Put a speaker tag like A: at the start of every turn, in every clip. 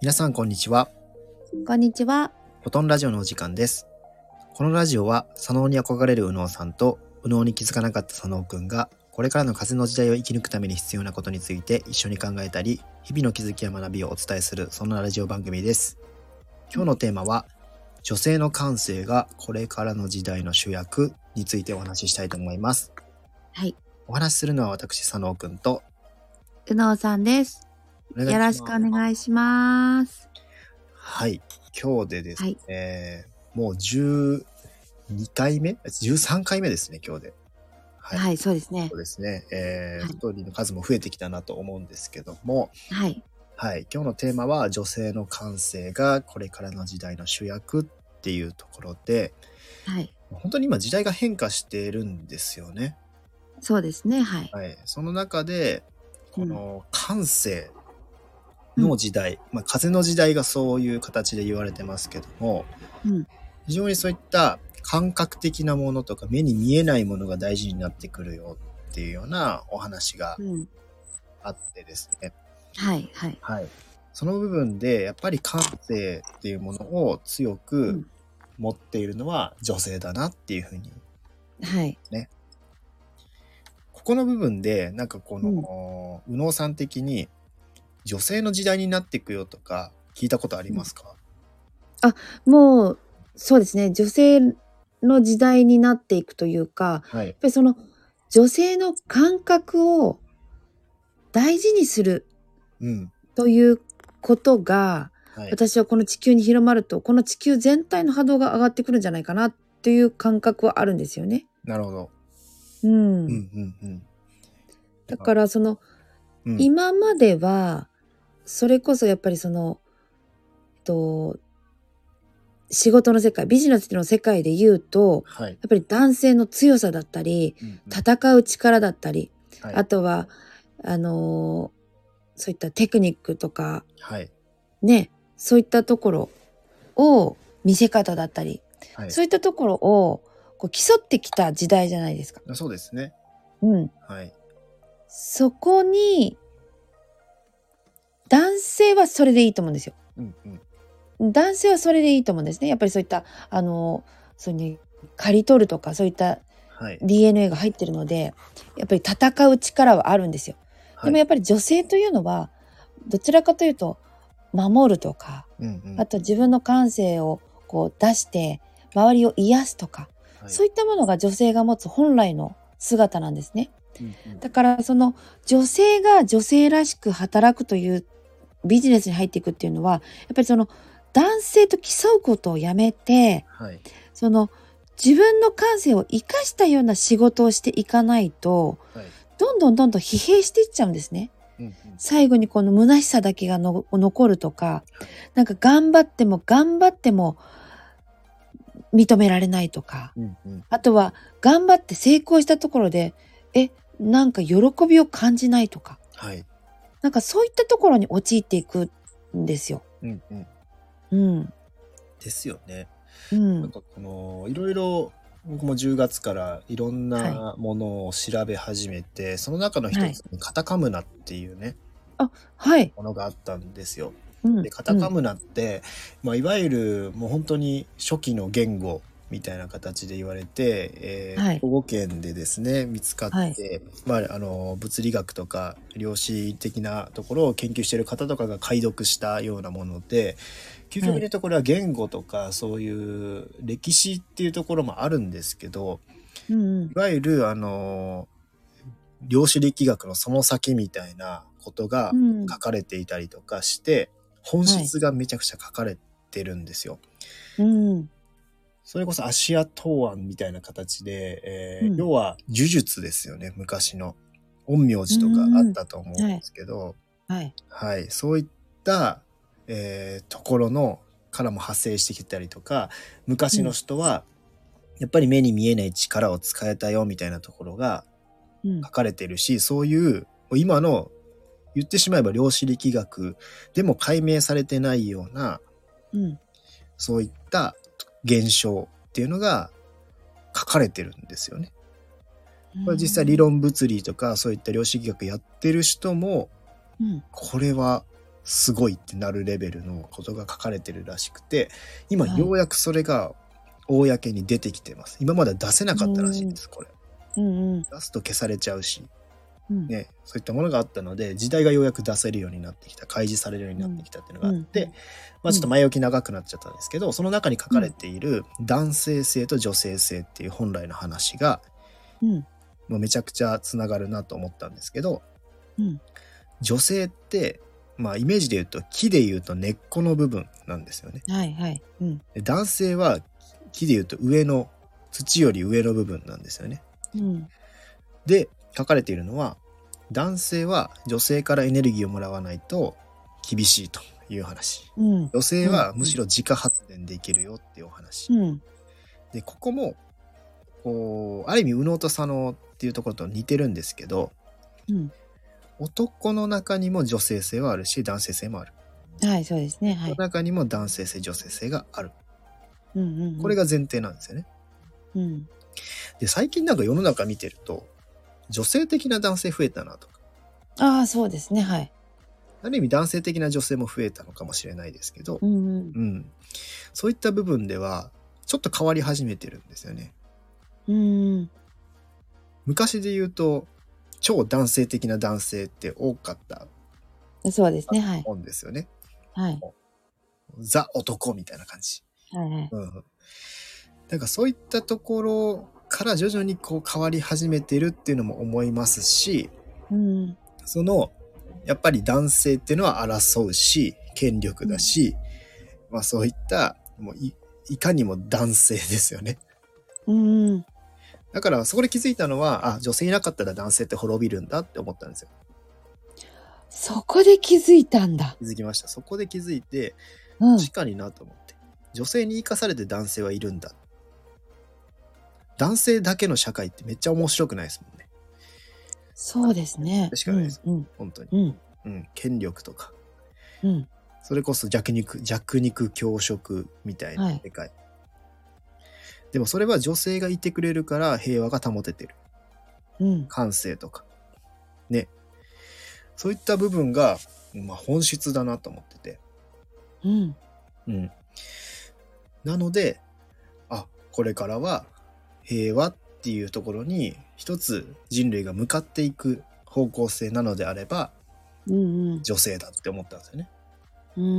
A: 皆さんこんにちは。
B: こんにちは。
A: フォトンラジオのお時間です。このラジオは、左脳に憧れる右脳さんと、右脳に気づかなかった左脳くんが、これからの風の時代を生き抜くために必要なことについて一緒に考えたり、日々の気づきや学びをお伝えする、そんなラジオ番組です。今日のテーマは、女性の感性がこれからの時代の主役についてお話ししたいと思います。
B: はい。
A: お話しするのは私、佐野くんと、
B: うのうさんです。
A: お願い
B: よろしくお願いします。
A: はい。今日でですね、もう12回目 ?13 回目ですね、今日で。は
B: はい、
A: い。
B: そうですね
A: そう。ですね。えー
B: はい
A: ストーリーの数も増えてきたなと思うんですけども、
B: はい。
A: はい。今日のテーマは、女性の感性がこれからの時代の主役っていうところで、
B: はい。
A: 本当に今時代が変化しているんですよね。
B: そうですね。はい。
A: はい。その中で、この感性の時代、まあ、風の時代がそういう形で言われてますけども、
B: うん。
A: 非常にそういった感覚的なものとか目に見えないものが大事になってくるよっていうようなお話が
B: うん。
A: あってですね。
B: はい。はい。
A: はい。その部分でやっぱり感性っていうものを強
B: う
A: く
B: ん
A: 持っているのは女性だなっていうふうに。
B: はい。
A: ここの部分でなんかこの、右脳さん的に女性の時代になっていくよとか聞いたことありますか、
B: もう、そうですね。女性の時代になっていくというか、
A: はい
B: やっ。ぱりその女性の感覚を大事にする
A: うん。
B: ということが、
A: はい。
B: 私はこの地球に広まると、この地球全体の波動が上がってくるんじゃないかなという感覚はあるんですよね。
A: なるほど。
B: うん。
A: うんうんうん。
B: だからその、
A: うん、
B: 今まではそれこそやっぱりそのえっと仕事の世界ビジネスの世界で言うと
A: はい。
B: やっぱり男性の強さだったり
A: うんうん
B: 戦う力だったり
A: はい
B: あとはあのーそういったテクニックとか
A: はい。
B: ねそういったところを見せ方だったり
A: はい。
B: そういったところをこう競ってきた時代じゃないですか。
A: そうですね。
B: うん、
A: はい。
B: そこに男性はそれでいいと思うんですよ。
A: うんうん。
B: 男性はそれでいいと思うんですね。やっぱりそういったあのそういう刈り取るとかそういった
A: はい。
B: DNA が入ってるのでやっぱり戦う力はあるんですよ。
A: はい
B: でもやっぱり女性というのはどちらかというと守るとか
A: うんうん。
B: あと自分の感性をこう出して周りを癒すとか、
A: はい
B: そういったものが女性が持つ本来の姿なんですね。
A: うんうん
B: だからその女性が女性らしく働くというビジネスに入っていくっていうのはやっぱりその男性と競うことをやめて
A: はい。
B: その自分の感性を生かしたような仕事をしていかないと
A: はい。
B: どんどんどんどん疲弊していっちゃうんですね。
A: うんうん。
B: 最後にこの虚しさだけがの残るとか
A: はい
B: なんか頑張っても頑張っても認められないとか。
A: うんうん。
B: あとは頑張って成功したところでえなんか喜びを感じないとか
A: はい。
B: なんかそういったところに陥っていくんですよ。
A: うんうん。
B: うん、
A: ですよね。
B: う
A: なん
B: ん、
A: かこの、いろいろ、僕も10月からいろんなものを調べ始めて、その中の一つにカタカムナっていうね、
B: はい、
A: ものがあったんですよ。
B: うん、
A: で、カタカムナって、まあ、いわゆるもう本当に初期の言語みたいな形で言われて、えー
B: はい
A: 兵庫県でですね、見つかって、
B: はい
A: まあ、あの、物理学とか量子的なところを研究している方とかが解読したようなもので、究極に言うとこれは言語とかそういう歴史っていうところもあるんですけど、
B: うん、うん
A: いわゆる、あの、量子力学のその先みたいなことが、
B: うん、うん
A: 書かれていたりとかして本質がめちゃくちゃ書かれてるんですよ。
B: うん、
A: それこそ芦屋東庵みたいな形で、えー
B: うん
A: 要は呪術ですよね昔の陰陽師とかあったと思うんですけど、
B: はい、
A: はいそういった、えーところのからも派生してきたりとか昔の人は、やっぱり目に見えない力を使えたよみたいなところが
B: うん
A: 書、かれてるしそういう今の言ってしまえば量子力学でも解明されてないような
B: うん、
A: そういった現象っていうのが書かれてるんですよね。これ実際理論物理とかそういった量子力学やってる人も
B: うん、
A: これはすごいってなるレベルのことが書かれてるらしくて今
B: はい
A: ようやくそれが公に出てきてます、今までは出せなかったらしいですこれ
B: うんうん
A: 出すと消されちゃうし、
B: うん
A: ね、そういったものがあったので時代がようやく出せるようになってきた開示されるようになってきたっていうのがあって、
B: うんうん
A: まあ、ちょっと前置き長くなっちゃったんですけどその中に書かれている男性性と女性性っていう本来の話が
B: うん
A: もうめちゃくちゃつながるなと思ったんですけど
B: うん
A: 女性って、まあ、イメージで言うと木で言うと根っこの部分なんですよね。
B: はいはいうん
A: で男性は木で言うと上の土より上の部分なんですよね。
B: うん
A: で書かれているのは男性は女性からエネルギーをもらわないと厳しいという話
B: うん
A: 女性はむしろ自家発電でいけるよっていうお話、
B: うん
A: でここもこうある意味右脳と左脳っていうところと似てるんですけど
B: うん
A: 男の中にも女性性はあるし男性性もある、
B: はいそうですねはい
A: の中にも男性性女性性がある
B: うんうんうん
A: これが前提なんですよね
B: うん
A: で最近なんか世の中見てると女性的な男性増えたなとか
B: ああそうですねはい
A: ある意味男性的な女性も増えたのかもしれないですけど、
B: うんうん
A: うん、そういった部分ではちょっと変わり始めてるんですよね。
B: うん
A: 昔で言うと超男性的な男性って多かった
B: そうですねはい
A: もんですよね。
B: はい
A: ザ男みたいな感じ。
B: はいはい
A: うん。なんかそういったところから徐々にこう変わり始めてるっていうのも思いますし、
B: うん
A: そのやっぱり男性っていうのは争うし権力だし、まあそういったもういいかにも男性ですよね。
B: うんうん
A: だからそこで気づいたのはあ女性いなかったら男性って滅びるんだって思ったんですよ
B: そこで気づいたんだ
A: 気づきましたそこで気づいて
B: うん
A: 確かになと思って、女性に生かされて男性はいるんだ男性だけの社会ってめっちゃ面白くないですもんね
B: そうですね
A: 確かにです
B: うん
A: 本当に、
B: うん
A: うん、権力とか
B: うん
A: それこそ弱肉弱肉強食みたい
B: は
A: ない世界、でもそれは女性がいてくれるから平和が保ててる
B: うん
A: 感性とかねそういった部分が、まあ、本質だなと思ってて
B: うん
A: うん。なので、あ、これからは平和っていうところに一つ人類が向かっていく方向性なのであれば
B: うんうん
A: 女性だって思ったんですよね。
B: うんうんう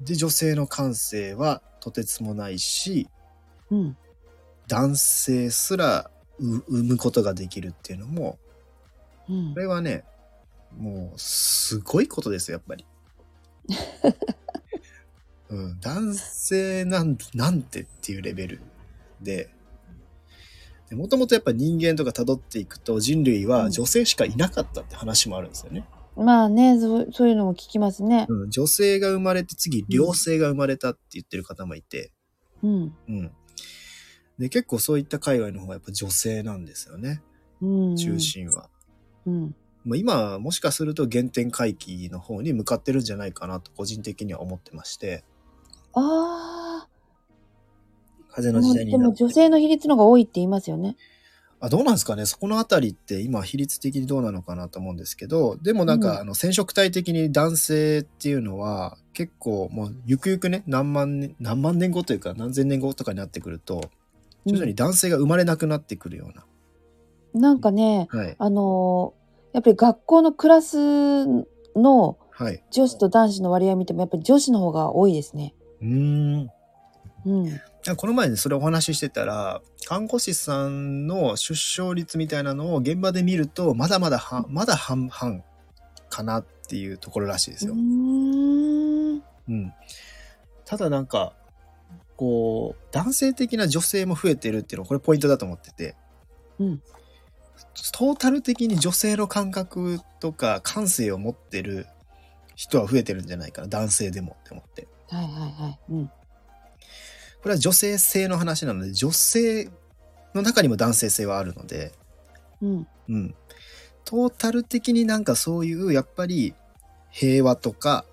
B: ん
A: で、女性の感性はとてつもないし、
B: うん
A: 男性すらう産むことができるっていうのも、
B: うん
A: これはね、もうすごいことですよ、やっ ぱり。うん、男性なんなんてっていうレベルで、もともとやっぱ人間とか辿っていくと人類は女性しかいなかったって話もあるんですよね。
B: まあねそうそういうのも聞きますね
A: うん、女性が生まれて次、両性が生まれたって言ってる方もいて、
B: うん
A: うん。で、結構そういった海外の方がやっぱ女性なんですよね、
B: うん
A: 中心は。
B: うん
A: まあ、今もしかすると原点回帰の方に向かってるんじゃないかなと個人的には思ってまして
B: ああ
A: 風の時代に
B: で
A: な
B: も
A: って
B: 女性の比率の方が多いって言いますよね
A: あどうなんですかねそこのあたりって今比率的にどうなのかなと思うんですけどでもなんか、
B: うん
A: あの染色体的に男性っていうのは結構もうゆくゆくね何万年何万年後というか何千年後とかになってくると徐々に男性が生まれなくなってくるような、
B: うんなんかね
A: はい
B: あのーやっぱり学校のクラスの
A: はい
B: 女子と男子の割合見てもやっぱり女子の方が多いですね
A: うーん
B: うん
A: なんかこの前ね、それお話ししてたら、看護師さんの出生率みたいなのを現場で見ると、まだまだ半、まだ半々かなっていうところらしいですよ。
B: うん
A: うん。ただなんか、こう、男性的な女性も増えてるっていうのは、これポイントだと思ってて、
B: うん
A: トータル的に女性の感覚とか感性を持ってる人は増えてるんじゃないかな、男性でもって思って。
B: はいはいはいうん
A: これは女性性の話なので、女性の中にも男性性はあるので、
B: うん
A: うん。トータル的になんかそういう、やっぱり平和とか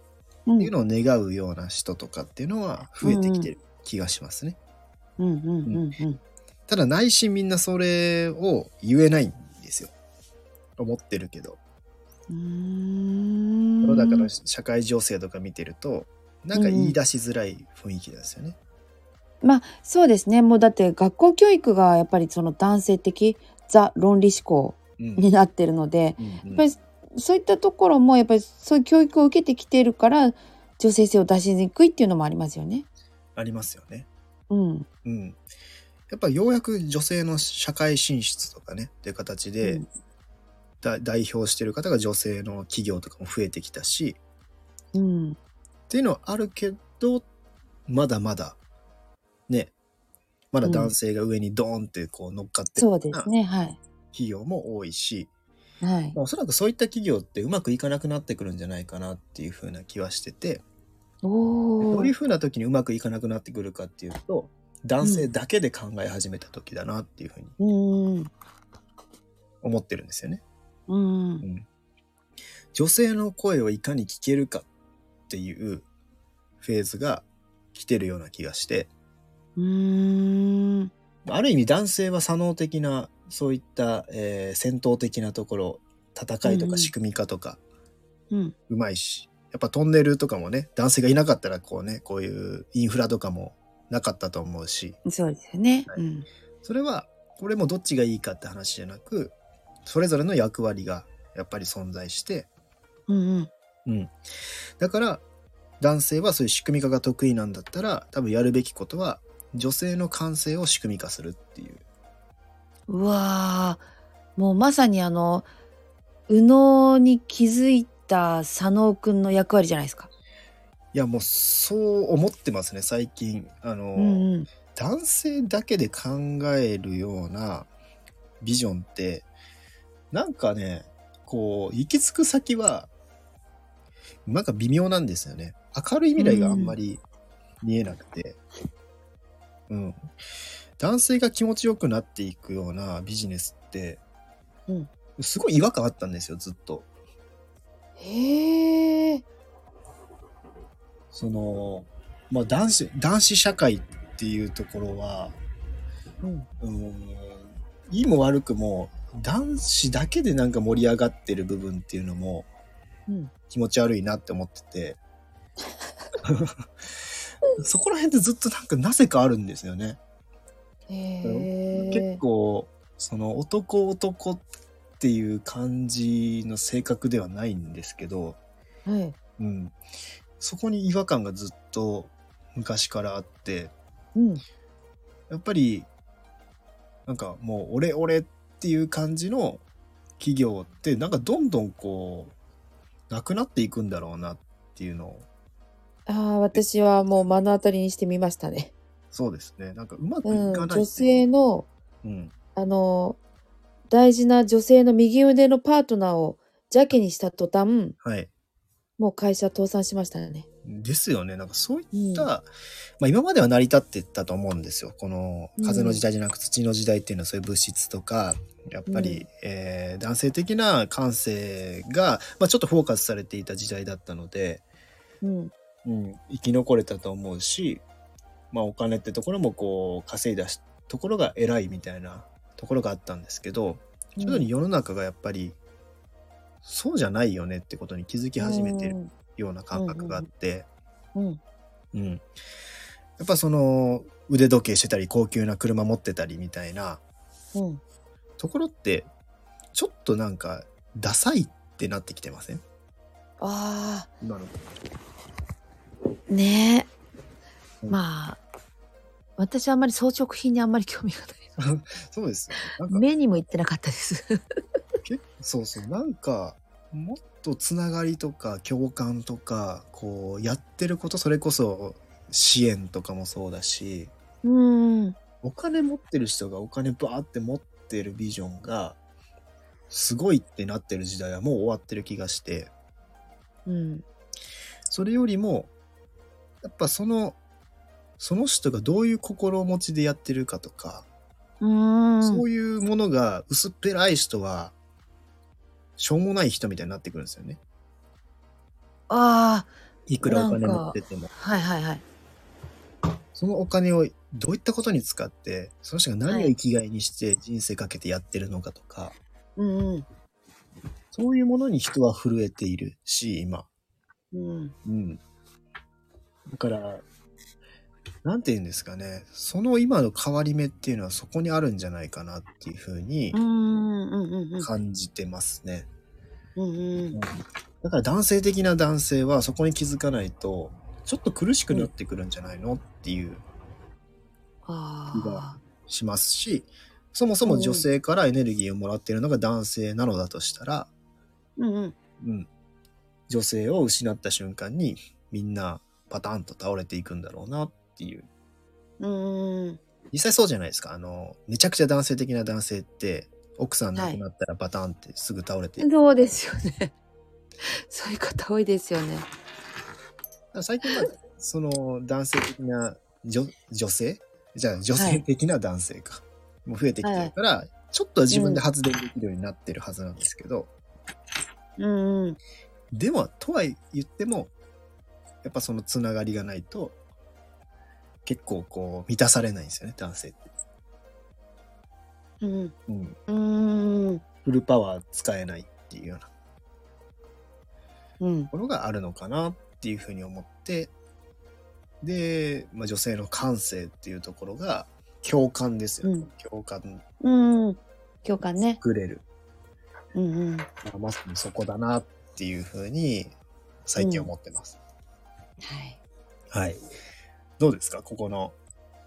B: う
A: っ
B: ん
A: ていうのを願うような人とかっていうのは増えてきてる気がしますね。
B: うんうんうんうん
A: ただ内心みんなそれを言えないんですよ。思ってるけど。
B: うーん
A: これだから社会情勢とか見てるとなんか言い出しづらい雰囲気なんですよね。
B: まあそうですねもうだって学校教育がやっぱりその男性的ザ論理思考
A: うん
B: になってるので、
A: うんうん
B: やっぱりそういったところもやっぱりそういう教育を受けてきてるから女性性を出しにくいっていうのもありますよね。
A: ありますよね。
B: うん、
A: うん、やっぱようやく女性の社会進出とかねっていう形で、
B: うん
A: だ代表してる方が女性の企業とかも増えてきたし
B: うん、
A: っていうのはあるけどまだまだねまだ男性が上にドーンってこう乗っかってる
B: そ
A: よ
B: う
A: う
B: で
A: な
B: すねはい
A: 企業も多いし、
B: はい
A: まあおそらくそういった企業ってうまくいかなくなってくるんじゃないかなっていう風な気はしてて
B: お
A: ど
B: お
A: ういう風な時にうまくいかなくなってくるかっていうと男性だけで考え始めた時だなっていう風に
B: うん
A: 思ってるんですよね。
B: うん
A: うん女性の声をいかに聞けるかっていうフェーズが来てるような気がして、
B: うーん
A: ある意味男性は左脳的な、そういった、えー戦闘的なところ、戦いと
B: うんう
A: か
B: ん
A: 仕組み化とか、
B: うん
A: うまいし、やっぱトンネルとかもね、男性がいなかったらこうね、こういうインフラとかもなかったと思うし、
B: そうですよね。
A: はい
B: うん
A: それは、これもどっちがいいかって話じゃなく、それぞれの役割がやっぱり存在して、
B: うんうん
A: うん、だから男性はそういう仕組み化が得意なんだったら多分やるべきことは女性の感性を仕組み化するっていう
B: うわーもうまさにあの右脳に気づいた佐野くんの役割じゃないですか。
A: いやもうそう思ってますね最近あの、
B: うんうん
A: 男性だけで考えるようなビジョンってなんかねこう行き着く先はなんか微妙なんですよね明るい未来があんまり見えなくて、うん男性が気持ちよくなっていくようなビジネスって、
B: うん
A: すごい違和感あったんですよずっと
B: へえ。
A: その、まあ、男子男子社会っていうところは
B: うん
A: うーんいいも悪くも男子だけでなんか盛り上がってる部分っていうのも
B: うん
A: 気持ち悪いなって思っててそこら辺でずっとなんかなぜかあるんですよね、
B: へえ。
A: 結構その男男っていう感じの性格ではないんですけど、
B: はい。
A: うん、そこに違和感がずっと昔からあって
B: うん。
A: やっぱり、なんかもう、俺俺っていう感じの企業って、なんかどんどんこう、なくなっていくんだろうなっていうのを、
B: ああ、私はもう目の当たりにしてみましたね。
A: そうですね。なんかうまくいか
B: うん。
A: ない。
B: 女性の、
A: うん。
B: あの、大事な女性の右腕のパートナーを邪気にした途端、
A: はい。
B: もう会社倒産しましたね。
A: ですよね。なんかそういっ
B: うん
A: た、まあ今までは成り立ってたと思うんですよ。この風の時代じゃなく土の時代っていうのはそういう物質とか、やっぱり、
B: うん
A: えー男性的な感性が、まあちょっとフォーカスされていた時代だったので、
B: うん。
A: うん、生き残れたと思うし、まあ、お金ってところもこう稼いだしところが偉いみたいなところがあったんですけど徐々に世の中がやっぱりそうじゃないよねってことに気づき始めてるような感覚があって、
B: うん。うん。
A: うんやっぱその腕時計してたり高級な車持ってたりみたいな
B: うん。
A: ところってちょっとなんかダサいってなってきてません
B: ああ、
A: 今の
B: ねえ。
A: うん
B: まあ、私はあんまり装飾品にあんまり興味がない。
A: そうですよねなんか
B: 目にも行ってなかったです。
A: 結構そうそうなんかもっとつながりとか共感とかこうやってることそれこそ支援とかもそうだし
B: うん。
A: お金持ってる人がお金バーって持ってるビジョンがすごいってなってる時代はもう終わってる気がして
B: うん。
A: それよりもやっぱそのその人がどういう心持ちでやってるかとか
B: うん。
A: そういうものが薄っぺらい人はしょうもない人みたいになってくるんですよね
B: ああ、
A: いくらお金
B: なんか
A: 持ってても。
B: はいはいはい。
A: そのお金をどういったことに使って、その人が何を生きがいにして人生かけてやってるのかとか、
B: うんうん。
A: そういうものに人は震えているし、今。
B: うん。
A: うん。だから、なんて言うんですかね。その今の変わり目っていうのはそこにあるんじゃないかなっていうふうに
B: うんうんうんうん
A: 感じてますね。
B: うんうん。
A: だから男性的な男性はそこに気づかないと、ちょっと苦しくなってくるんじゃないのっていう
B: ああ。
A: しますし、そもそも女性からエネルギーをもらっているのが男性なのだとしたら、
B: うんうん。
A: うん、女性を失った瞬間にみんなパターンと倒れていくんだろうなっていう。
B: うんうん。
A: 実際そうじゃないですか。あの、めちゃくちゃ男性的な男性って、奥さん亡くなったらパターンってすぐ倒れていく。
B: そうですよね。 そういう方多いですよね。
A: だから最近は、その男性的な女女性じゃあ女性的な男性か。もう増えてきてるから、ちょっとは自分で発電できるようになってるはずなんですけど、
B: うんうん。
A: でも、とは言っても、やっぱそのつながりがないと、結構こう、満たされないんですよね、男性って。
B: うん
A: うん。
B: うん。うん
A: フルパワー使えないっていうようなと
B: うん。
A: ころがあるのかなっていうふうに思って、で、まあ、女性の感性っていうところが、共感ですよね。
B: うん
A: 共感
B: うん。共感ね。
A: くれる。
B: うんうん。
A: まあまさにそこだなっていうふうに、最近思ってます。
B: はい。
A: はい。どうですかここの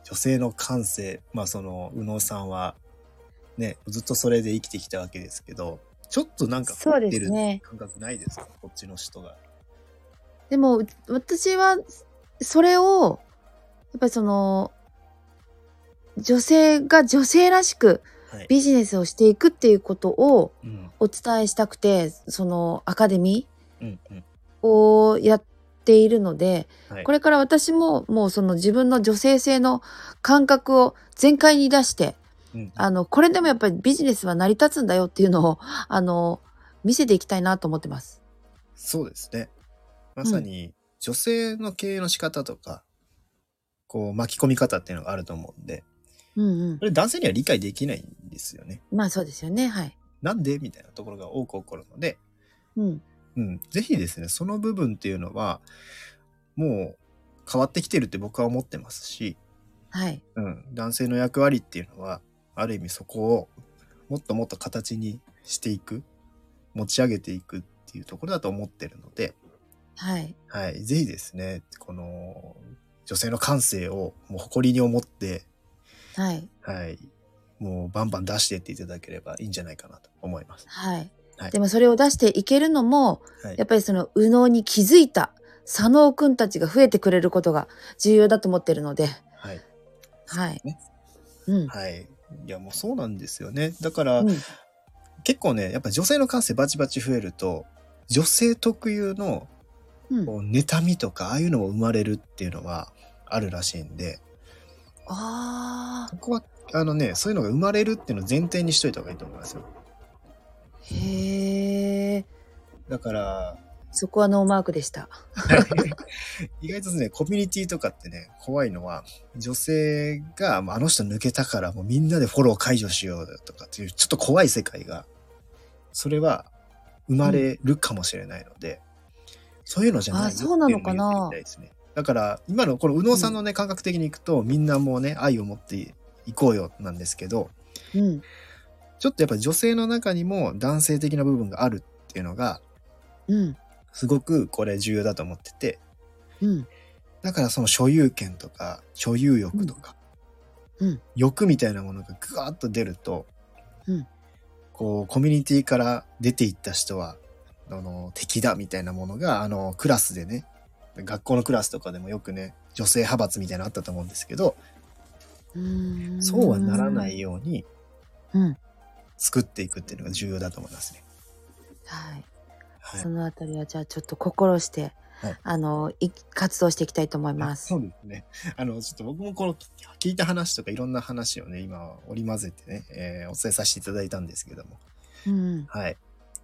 A: 女性の感性。まあその、宇野さんは、ね、ずっとそれで生きてきたわけですけど、ちょっとなんか
B: そう
A: っ
B: で
A: て
B: す
A: る
B: ね。
A: 感覚ないですかこっちの人が。
B: でもう私はそれをやっぱりその女性が女性らしく
A: はい。
B: ビジネスをしていくっていうことを
A: うん。
B: お伝えしたくてそのアカデミ
A: うん。うん。
B: ーをやっているので、
A: はい
B: これから私ももうその自分の女性性の感覚を全開に出して
A: うん。
B: あのこれでもやっぱりビジネスは成り立つんだよっていうのをあの見せていきたいなと思ってます。
A: そうですね。まさに、女性の経営の仕方とか、こう、巻き込み方っていうのがあると思うんで、
B: うんうん
A: こ、れ男性には理解できないんですよね。
B: まあそうですよねはい。
A: なんでみたいなところが多く起こるので、
B: うん
A: うん、ぜひですね、その部分っていうのは、もう変わってきてるって僕は思ってますし、
B: はい
A: うん、男性の役割っていうのは、ある意味そこをもっともっと形にしていく、持ち上げていくっていうところだと思ってるので、
B: はい。
A: はい、ぜひですね、この女性の感性をもう誇りに思って、
B: はい。
A: はい、もうバンバン出していっていただければいいんじゃないかなと思います。
B: はい。
A: はい
B: でもそれを出していけるのも、
A: はい
B: やっぱりその、右脳に気づいた、左脳くんたちが増えてくれることが重要だと思ってるので、
A: はい、
B: はい。
A: ね
B: うん。
A: はい。いや、もうそうなんですよね。だから、
B: うん
A: 結構ねやっぱ女性の感性バチバチ増えると女性特有の
B: うん、
A: こう妬みとかああいうのも生まれるっていうのはあるらしいんで
B: ああ
A: こ、こはあのねそういうのが生まれるっていうのを前提にしといた方がいいと思いますよ
B: へえ。
A: だから
B: そこはノーマークでした。
A: 意外とねコミュニティとかってね怖いのは女性がまああの人抜けたからもうみんなでフォロー解除しようよとかっていうちょっと怖い世界がそれは生まれるかもしれないので、そういうのじゃないよ
B: あそうなの
A: ってい
B: かな
A: うのも言ってみたいですねだから今のこの右脳さんのね感覚的にいくとみんなもうね愛を持っていこうよなんですけど
B: うん。
A: ちょっとやっぱ女性の中にも男性的な部分があるっていうのが
B: うん。
A: すごくこれ重要だと思ってて
B: うん。
A: だからその所有権とか所有欲とか、
B: うんうん
A: 欲みたいなものがぐわーっと出ると、
B: うん
A: こうコミュニティから出ていった人はあの敵だみたいなものがあのクラスでね学校のクラスとかでもよくね女性派閥みたいなのあったと思うんですけど
B: うーん
A: そうはならな。いように
B: うん。
A: 作っていくっていうのが重要だと思いますね。
B: はい。
A: はい
B: そのあたりは、じゃあちょっと心して、
A: はい
B: あの、い活動していきたいと思いま
A: そ
B: す。
A: うですね。 あの、ちょっと僕もこの聞いた話とかいろんな話をね、今織り交ぜてね、えーお伝えさせていただいたんですけども、
B: うん。
A: はい。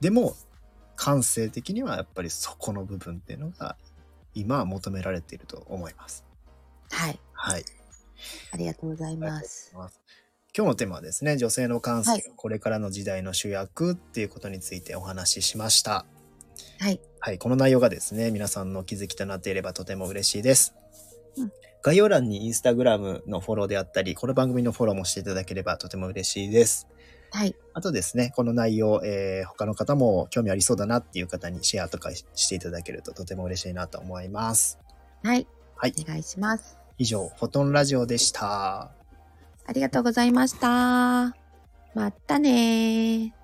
A: でも、感性的にはやっぱりそこの部分っていうのが今は求められていると思います。
B: はい。
A: はい。
B: ありがとうございます。
A: ます今日のテーマはですね、女性の感性、
B: はい
A: これからの時代の主役っていうことについてお話ししました。
B: はい。
A: はい、この内容がですね、皆さんの気づきとなっていればとても嬉しいです。
B: うん
A: 概要欄にインスタグラムのフォローであったり、この番組のフォローもしていただければとても嬉しいです。
B: はい。
A: あとですね、この内容、えー他の方も興味ありそうだなっていう方にシェアとかしていただけるととても嬉しいなと思います。
B: はい。
A: はい
B: お願いします。
A: 以上、フォトンラジオでした。
B: ありがとうございました。まったねー。